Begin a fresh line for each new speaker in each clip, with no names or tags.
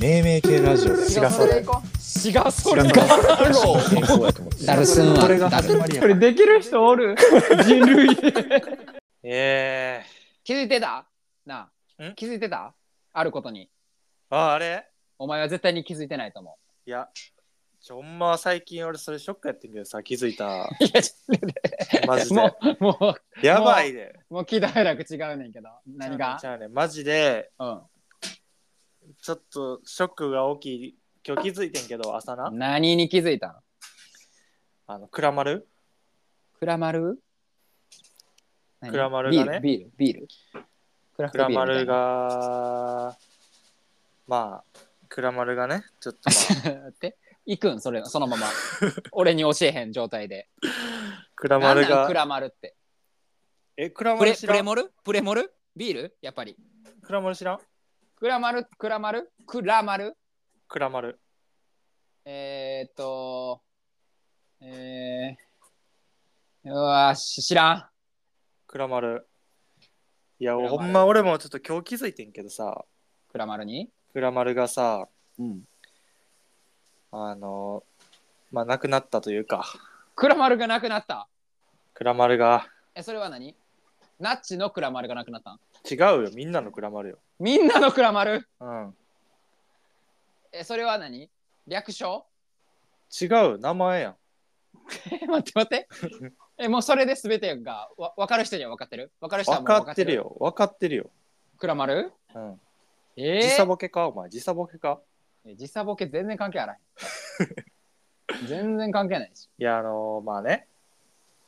命名系ラジオだよ
違うそれ行こ
違うそれ
違う
か
健康やと思って
ダルスンは
これが
ダ
始
ル
まりや
これできる人おる人類
うええ
気づいてたなあ
ん
気づいてたあることに
ああれ
お前は絶対に気づいてないと思
いやちょほんま最近俺それショックやってんけどさ気づい た
ういやちょっと
マジ
も
で
うも
やばいで
うもう喜怒哀楽違うねんけど何が
じゃあねマジで
うん
ちょっとショックが大きい今日気づいてんけど朝な
何に気づいたん
あのクラマル
クラマル何
クラマルがね
ビールビールビールクラフ
ク
ト
ラ
ビー
マ
ル
ル
み たいな
がまあクラマルがねちょっと、まあ
って行くんそれその まま俺に教えへん状態で
クラマ
何
ル
なんク
が
ラマルって
えクラマ
プ
ル
レ
知
プ
ら
レ
ん
モルプレモルビールやっぱり
クラマル知らん
クラマルクラマルクラマル
クラマル
えー、っとえー、うわし知らん
クラマルいや
クラマル
ほんま俺もちょっと今日気づいてんけどさ
クラマルに
クラマルがさ
うん
あのまあ亡くなったというか
クラマルがなくなった
クラマルが
えそれは何ナッチのクラマルがなくなったん
違うよみんなのクラマルよ
みんなのクラマル
うん
えそれは何略称
違う名前やん
え待って待っ て。え、もうそれで全てがわ分かる人には分かってる分かる人はも
分
う
かってる。よ分かってるよ、
クラマル
うん、
え
時
時
差
差
ボケかお前時差ボケか
え時差ボケ全然関係あら へん。全然関係ないし。
いやあのまあね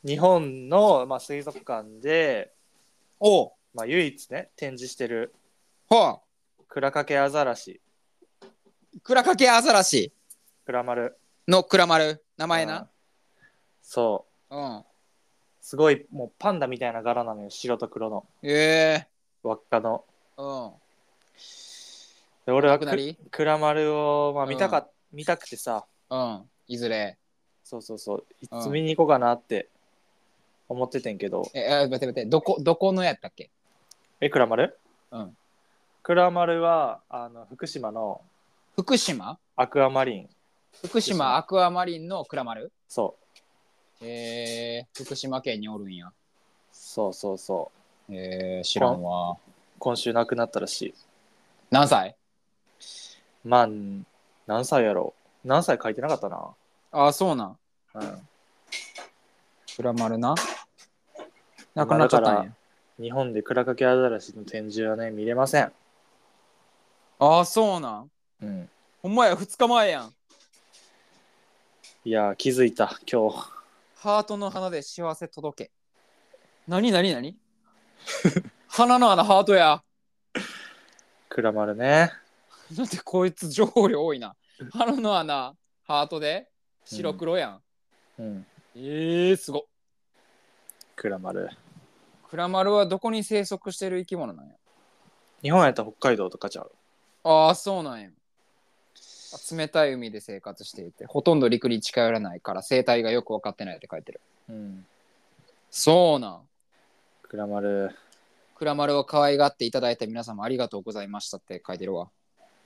日本の、まあ、水族館で、
おう
まあ、唯一ね展示してる
ほ
クラカケアザラシ
う。クラかけアザラシ
クラマル
のクラマル。名前
うん
な。
そう
うん。
すごいもうパンダみたいな柄なのよ白と黒の
ええ
輪っかの
うん。
で俺は
なくな
ク
り
クラマルを、まあ、見たか、
う
見たくてさ
うん。いずれ。
そうそうそういつ
うん
見に行こうかなって思っててんけど、
え、え待って待って。どこ、どこのやったっけ
えクラマル
うん
クラマルはあの福島の
福島
アクアマリン
福島アクアマリンのクラマル
そう
ええ福島県におるんや。
そうそうそう
ええ知らんわ。
今週亡くなったらしい
何歳
まあ何歳やろう何歳書いてなかったな
ああ、そうなん。
う
クラマルな。な
なく
く
な
な
っ
っ
ち
ち
ゃ
ゃ
っ
ったた
ん
ん
やん日本でクラカケアザラシの展示はね見れません
ああ、そうなん。
うん
ほんまや、2日前やん。
いやー気づいた今日
ハートの花で幸せ届け。なになになに 花の穴ハートや。
クラマルね
なんでこいつ情報量多いな。花の穴ハートで白黒やん。
うん
ええー、すごっ。
クラマル
クラマルはどこに生息してる生き物なんや。
日本やったら北海道とかちゃう
ああ、そうなんや。冷たい海で生活していて、ほとんど陸に近寄らないから生態がよく分かってないって書いてる。
うん
そうなん。
クラマル
クラマルを可愛がっていただいた皆様ありがとうございましたって書いてるわ。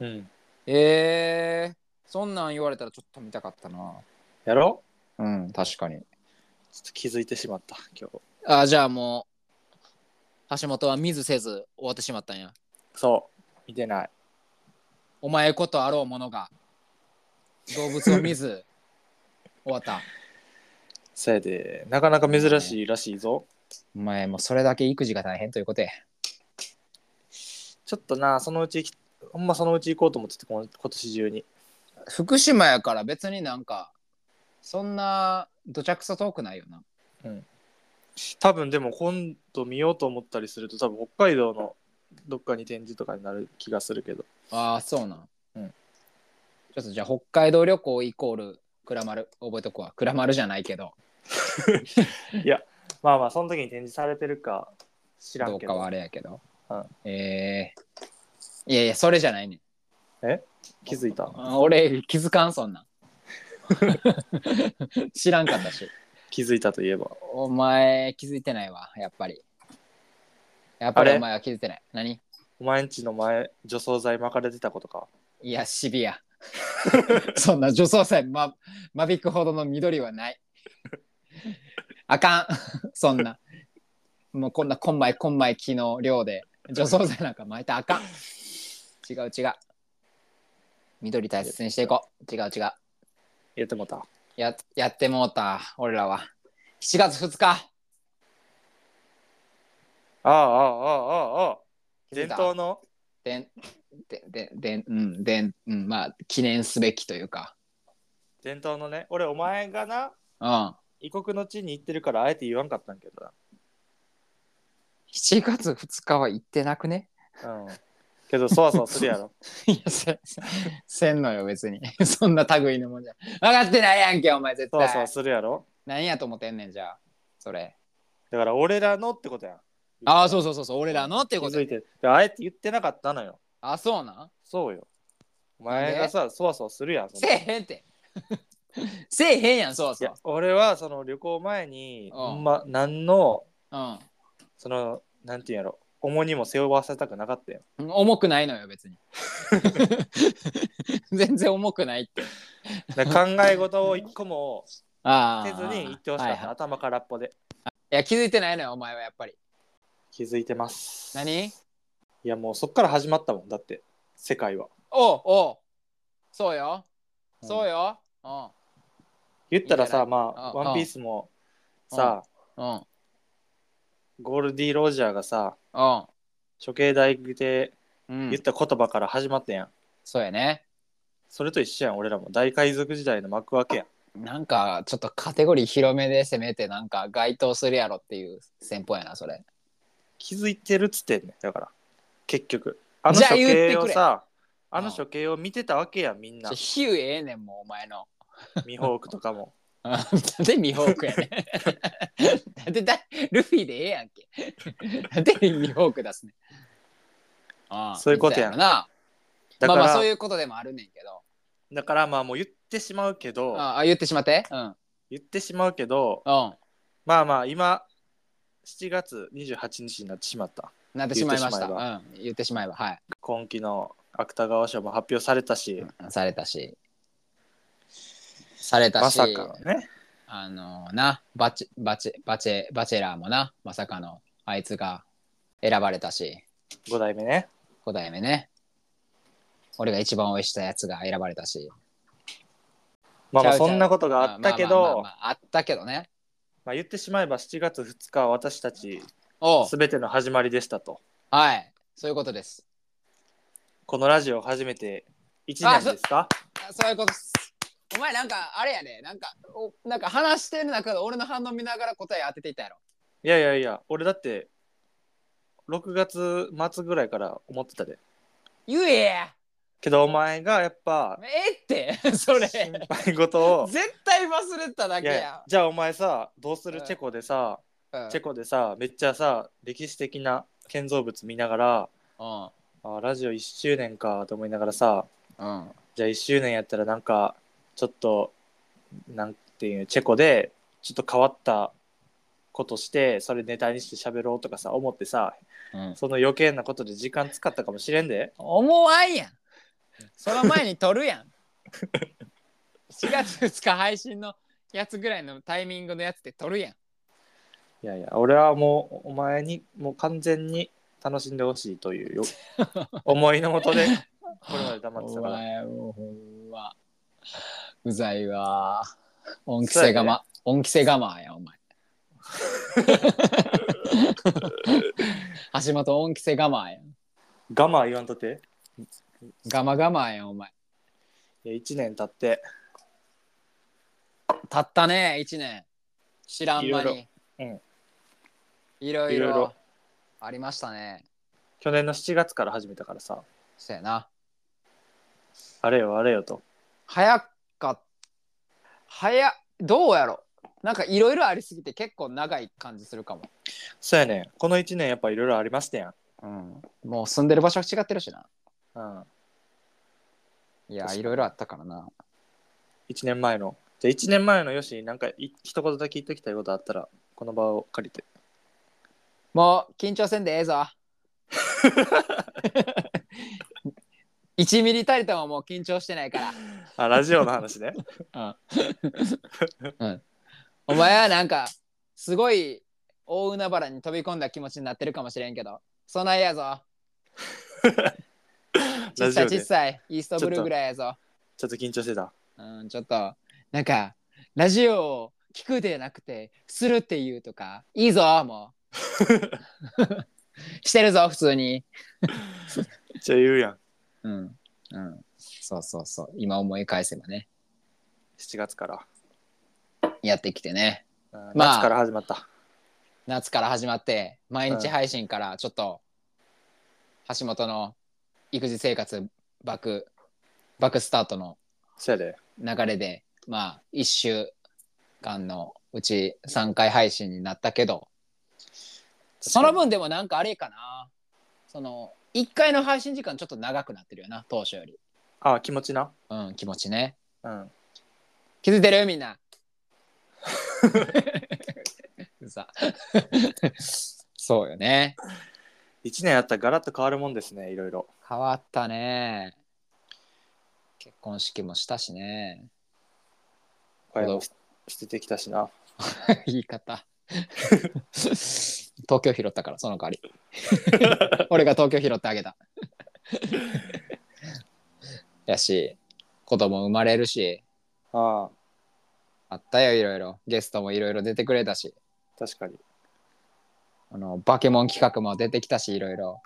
うん
えー、そんなん言われたらちょっと見たかったな。
やろ
うん、確かに。
ちょっと気づいてしまった今日
あ、じゃあもう、橋本は見ずせず終わってしまったんや。
そう見てない
お前ことあろうものが、動物を見 ず、終わった。
せやでなかなか珍しいらしいぞ
お前もうそれだけ育児が大変ということや。
ちょっとなそのうちほんまそのうち行こうと思っててこの今年中に
福島やから別になんか、そんなどちゃくそ遠くないよな。
多分でも今度見ようと思ったりすると多分北海道のどっかに展示とかになる気がするけど
ああ、そうなん。
うん
ちょっとじゃあ、北海道旅行イコール、クラマル、覚えとくわ。クラマルじゃないけど、
まあまあその時に展示されてるか知ら
ど
ん
う
け
か
ど
はあれやけど。
うん
えー、いやいや、それじゃないねん。
気づいた
あ俺、気づかん、そん なん。知らんかったし。
気づいたといえば
お前、気づいてないわ、やっぱり。やっぱりお前は気づいてない。何
お前んちの前除草剤巻かれてたことか
いや、シビア。 そんな除草剤ま、間引くほどの緑はない。あかん。 そんな。もうこんなこんまいこんまい木の量で除草剤なんか巻いたらあかん。違う違う。緑大切にしていこう。違う違う。
言ってもうた
ややってもうた、俺らは。7月2日。
ああああああああ
気づい
伝
た
統の
でん、でん、でん、でん、うん、でん、うん、まあ、記念すべきというか。
伝統のね俺お前がな
うん。
異国の地に行ってるからあえて言わんかったんけど
7月2日は行ってなくね
なうんけどそわそわするやろ
いや、せ、せせんのよ、別に。 そんな類のもんじゃ。分かってないやんけ、お前絶
そわ
対。
そわするやろ
何やと思ってんねん、じゃあ。それ。
だから俺らのってことやん
ああ、
う
そうそうそう、そう俺らのって
気
こと
づ。いてるであえて言ってなかったのよ
あ、そうなん
そうよお前がさそわそわするやんその
せえへんって。 せえへんやん、そう
い
そう
や。俺はその旅行前に
うん
ほんま何の
うん。
そのなんていうんやろ重荷も背負わせたくなかったよ
重くないのよ、別に。 全然重くないって。
だから考え事を一個も
あ あ。
せずに言ってほしか
は
っ
い
た、
はい。
頭空っぽで
いや、気づいてないのよ、お前はやっぱり。
気づいてます
何
いやもうそっから始まったもんだって世界は
おうおう。そうよ。
うん
そうよ。うん。
言ったら
いい
さ
ん
ま
あ
あ「
うん
ワンピースもさ
うん。
ゴールディ・ロジャーがさ
うん。
処刑台で
うん
言った言葉から始まったやん、
そうやね。
それと一緒やん俺らも大海賊時代の幕開けやん
なんかちょっとカテゴリー広めで攻めてなんか該当するやろっていう戦法やなそれ
気づいてるっつってんねんだから結局あの
じゃあ
処刑
言って
を
くれ
さあの
うん
処刑を見てたわけやんみんな
ちょ比喩ええねんもうお前の
ミホークとかも
なんでミホークやねん なんでだルフィでええやんけ なんでミホーク出すねんああ
そういうことやん
ろな
だ
ま
か
あ
ら、
まあそういうことでもあるねんけど
だからまあもう言ってしまうけど
ああ言ってしまってうんうん
言ってしまうけどまあまあ今7月28日になってしまった
なってしまいました
言ってしま
う
え
ん、言ってしまえばはい、
今期の芥川賞も発表されたし、
されたしされたし
まさかのね
あのな、バチ、バチ、バチェ、バチェラーもな、まさかの、あいつが選ばれたし、
5代目ね
5代目ね。俺が一番応援したやつが選ばれたし。
まあまあ
ちゃうちゃう
そんなことがあったけ
まあまあまあ
ど
まああったけどね。
まあ言ってしまえば7月2日は私たち
おう
全ての始まりでしたと
はい。そういうことです。
このラジオを始めて1年ですか
あそういうことです。お前なんか、あれやね、なんか、おなんか話してる中で俺の反応見ながら答え当てていったやろ。
いやいやいや俺だって6月末ぐらいから思ってたで
言えや
けどお前がやっぱ
ええってそれ
心配事を
絶対忘れてただ
い
けや
やいやじゃあお前さどうするチェコでさ、
うん
チェコでさめっちゃさ歴史的な建造物見ながらあーラジオ1周年かと思いながらさ
うんうん
じゃあ1周年やったらなんかちょっとなんていうチェコでちょっと変わったことしてそれネタにして喋ろうとかさ思ってさ
うん
その余計なことで時間使ったかもしれんで
思わんやんその前に撮るやん 4月2日配信のやつぐらいのタイミングのやつで撮るやん
いやいや俺はもうお前にもう完全に楽しんでほしいと いうよ思いのもとでこれまで黙ってたから
前もうほんまうざいわ恩着せが
そうや
ま恩着せがまやお 前橋本恩着せがまやん
我慢言わんとて
がまがまやんお前
いや1年経って
たったね1年知らん間に
いろ
いろい
いろうんいろいろ
ろありましたね
去年の7月から始めたからさ
そやな
あれよあれよと
早かっ早どうやろなんかいろいろありすぎて結構長い感じするかも、
そうやねんこの1年やっぱいろいろありましたやん
うん、もう住んでる場所が違ってるしな
うん
いや
確かに
いろいろあったからな
1年前のじゃあ1年前のよしなんかい一言だけ言っときたいことあったらこの場を借りて
もう緊張せんでええぞ1ミリたりとももう緊張してないから
あラジオの話 ね。
お前はなんかすごい大海原に飛び込んだ気持ちになってるかもしれんけどそないや ぞち
ラ
っ
ジ
さいち
オ
っ
でち
さいイーストブルーぐらいやぞ
ょっと緊張してた。
うんちょっとなんかラジオを聞くでなくてするっていうとかいいぞも うしてるぞ普通に
めっちゃ言うやん。
うんうんそうそうそう今思い返せばね
7月から。
やってきてね
うん
まあ
夏から始まった。
夏から始まって毎日配信からちょっと橋本の育児生活バクバクスタートの
そやで。
流れでまあ1週間のうち3回配信になったけどその分でもなんかあれかなその1回の配信時間ちょっと長くなってるよな当初より
あ、気持ちな。
うん気持ちね
うん。
気づいてるみんな さ そうよね
1年あったらガラッと変わるもんですね、いろいろ。
変わったね結婚式もしたしね
これも捨ててきたしな。
言い方東京拾ったからその代わり 俺が東京拾ってあげたやし子供生まれるし
ああ、
あったよいろいろゲストもいろいろ出てくれたし
確かに。
あのバケモン企画も出てきたしいろいろ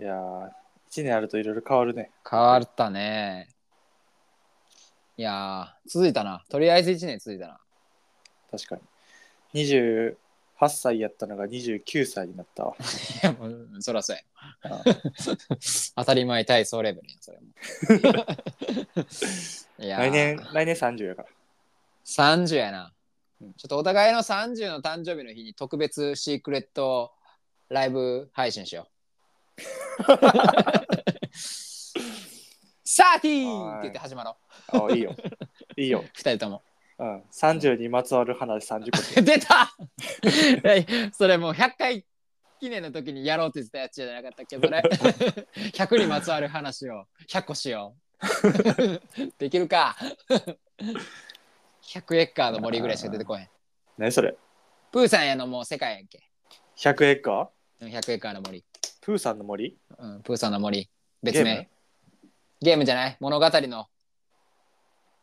いやー、1年あるといろいろ変わるね。
変わったねいやー続いたなとりあえず1年続いたな
確かに。28歳やったのが29歳になったわ。
いやもうそらそうや
あ
当たり前体操レベルやそれも いやー
来年、来年30やから。
30やな
うん
ちょっとお互いの30の誕生日の日に特別シークレットライブ配信しよ う 30! って言って始まろう
ああ、いいよ。いいよ。
2人とも
うん。30にまつわる話30個。
出たはい それもう100回記念の時にやろうって言ってたやつじゃなかったっけそれ 100にまつわる話を100個しよう できるか100エッカーの森ぐらいしか出てこへん
何それ
プーさんやのもう世界やんけ
?100 エッカ
100エッカーの森、
ープーさんの森
うん、プーさんの森別名ゲ
ゲ
ー
ーム
ムじゃない物語の、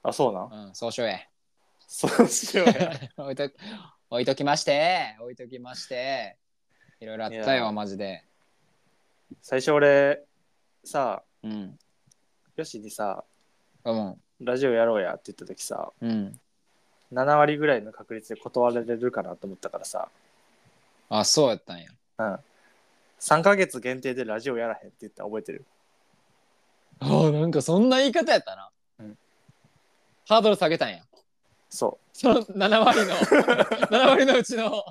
あ、そうなん。
うん、総称や
そうしようや。
置いと置いときまして置いときましていろいろあった
いや
よマジで
最初俺、さ、
うん
よしにさ、
うん
ラジオやろうやって言った時さ、
うん
7割ぐらいの確率で断られるかなと思ったからさ、
あそうやったんや
うん。3ヶ月限定でラジオやらへんって言ったら覚えてる。
あなんかそんな言い方やったな、
うん
ハードル下げたんや
そ
その7割の 7割のうちの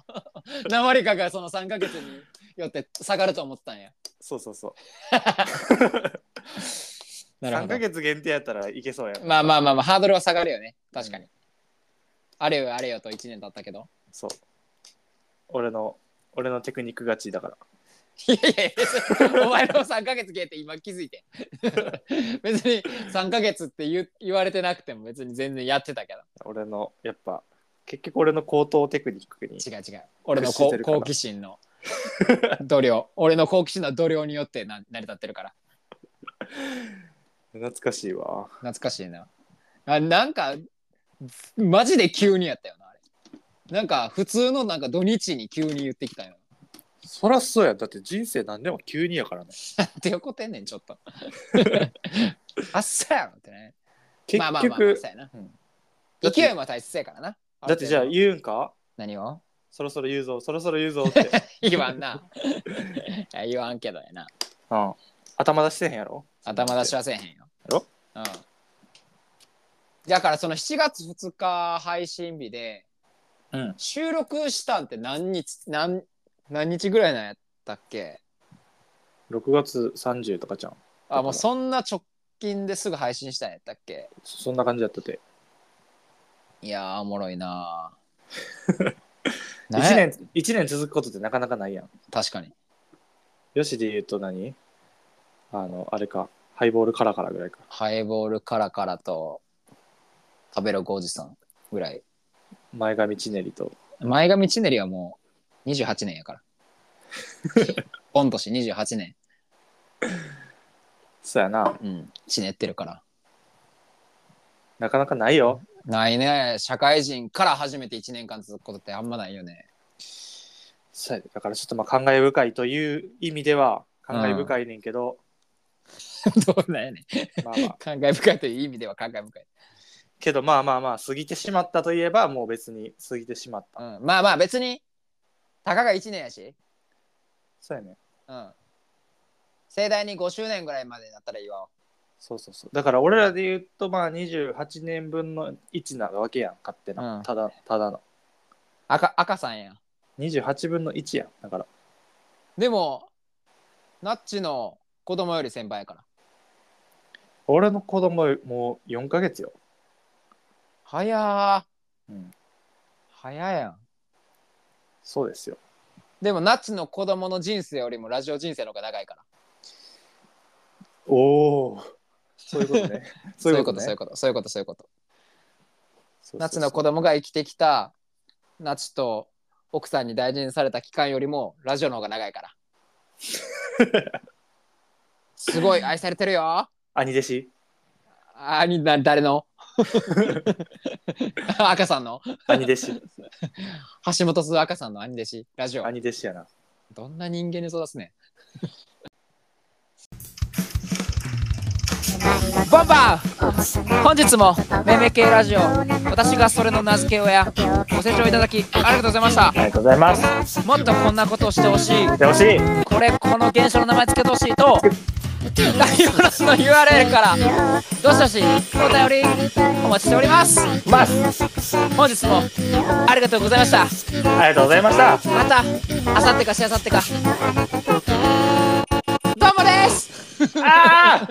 何割かがその3ヶ月によって下がると思ってたんや
う、そうそうそう。
なるほ
3
ど
ヶ月限定やったらいけそうやん。
まあまあまあまあハードルは下がるよね確かに、あれよあれよと1年経ったけど
そう。俺の、俺のテクニック勝ちだから。
いやいやいやお前の3ヶ月限って今気づいて別に3ヶ月って言う言われてなくても別に全然やってたけど
俺の、やっぱ、結局俺の高等テクニックに。
違う違う俺の
屈し
こ
てるから
好奇心 の度量俺の好奇心の度量によってな成り立ってるから
懐かしいわ。
懐かしいなあなんかマジで急にやったよなあれなんか普通のなんか土日に急に言ってきたよ
そらそうや。だって人生何でも急にやからね。
なんて横てんねんちょっと あっさやろってね
結局、
まあまあまあまあそうやな
うんだって
勢いも大切やからな
だってじゃあ
る程度
言うんか
何を
そろそろ言うぞ、そろそろ言うぞ って。
言わんないや言わんけどやな
うん。頭出してへんやろ
頭出しはせえへんよ。
やろ
うん。だからその7月2日配信日で、
うん
収録したんって何日何何日ぐらいなんやったっけ
6月30とかじゃん。
あもうそんな直近ですぐ配信したんやったっけ
そそんな感じだったって。
いやーおもろいな ーな
1
んや
年、一年続くことってなかなかないやん。
確かに
よしで言うと何あの、あれか、ハイボールカラカラぐらいか。
ハイボールカラカラと食べログおじさんぐらい
前髪ちねりと。
前髪ちねりはもう28年や から御年28年、
そうやな。
うん、ちねってるから
なかなかないよ。
ないね社会人から初めて1年間続くことってあんまないよね
そうやでだからちょっとまあ感慨深いという意味では、感慨深いねんけど、
どうなんやねん
まあまあ、
感慨深いという意味では感慨深い、
けどまあまあまあ、過ぎてしまったといえば、もう別に過ぎてしまった。
うん、まあまあ別にたかが1年やし、
そうやね。
うん、盛大に5周年ぐらいまでだったらいいわ
そうそうそう。だから俺らで言うと、まあ28年分の1なわけやん、勝手な。
うん
ただ、ただの。
赤赤さんや
28分の1やん。だから、
でもナッチの子供より先輩やから
俺の子供もう4ヶ月よ。
早ー、
うん
早やん
そうですよ。
でもナッチの子供の人生よりもラジオ人生の方が長いから
おお。 そういうことね。
そういうことそういうことそういうことそういうことナッチの子供が生きてきたナッチと奥さんに大事にされた期間よりもラジオの方が長いからすごい愛されてるよ
兄弟子
あにな誰の 赤さんの
兄弟子
橋本鈴赤さんの兄弟子ラジオ
兄弟子やな。
どんな人間に育つね
バンバン本日もめめ系ラジオ私がそれの名付け親ご清聴いただきありがとうございまし
ありがとうございます。
たもっとこんなことをしてほしい
でほしい。
これこの現象の名前つけてほしいと概要欄の URL からどしどしお便りお待ちしております本日もありがとうございました
ありがとうございました。
またあさってかしあさってかどうもです
ああ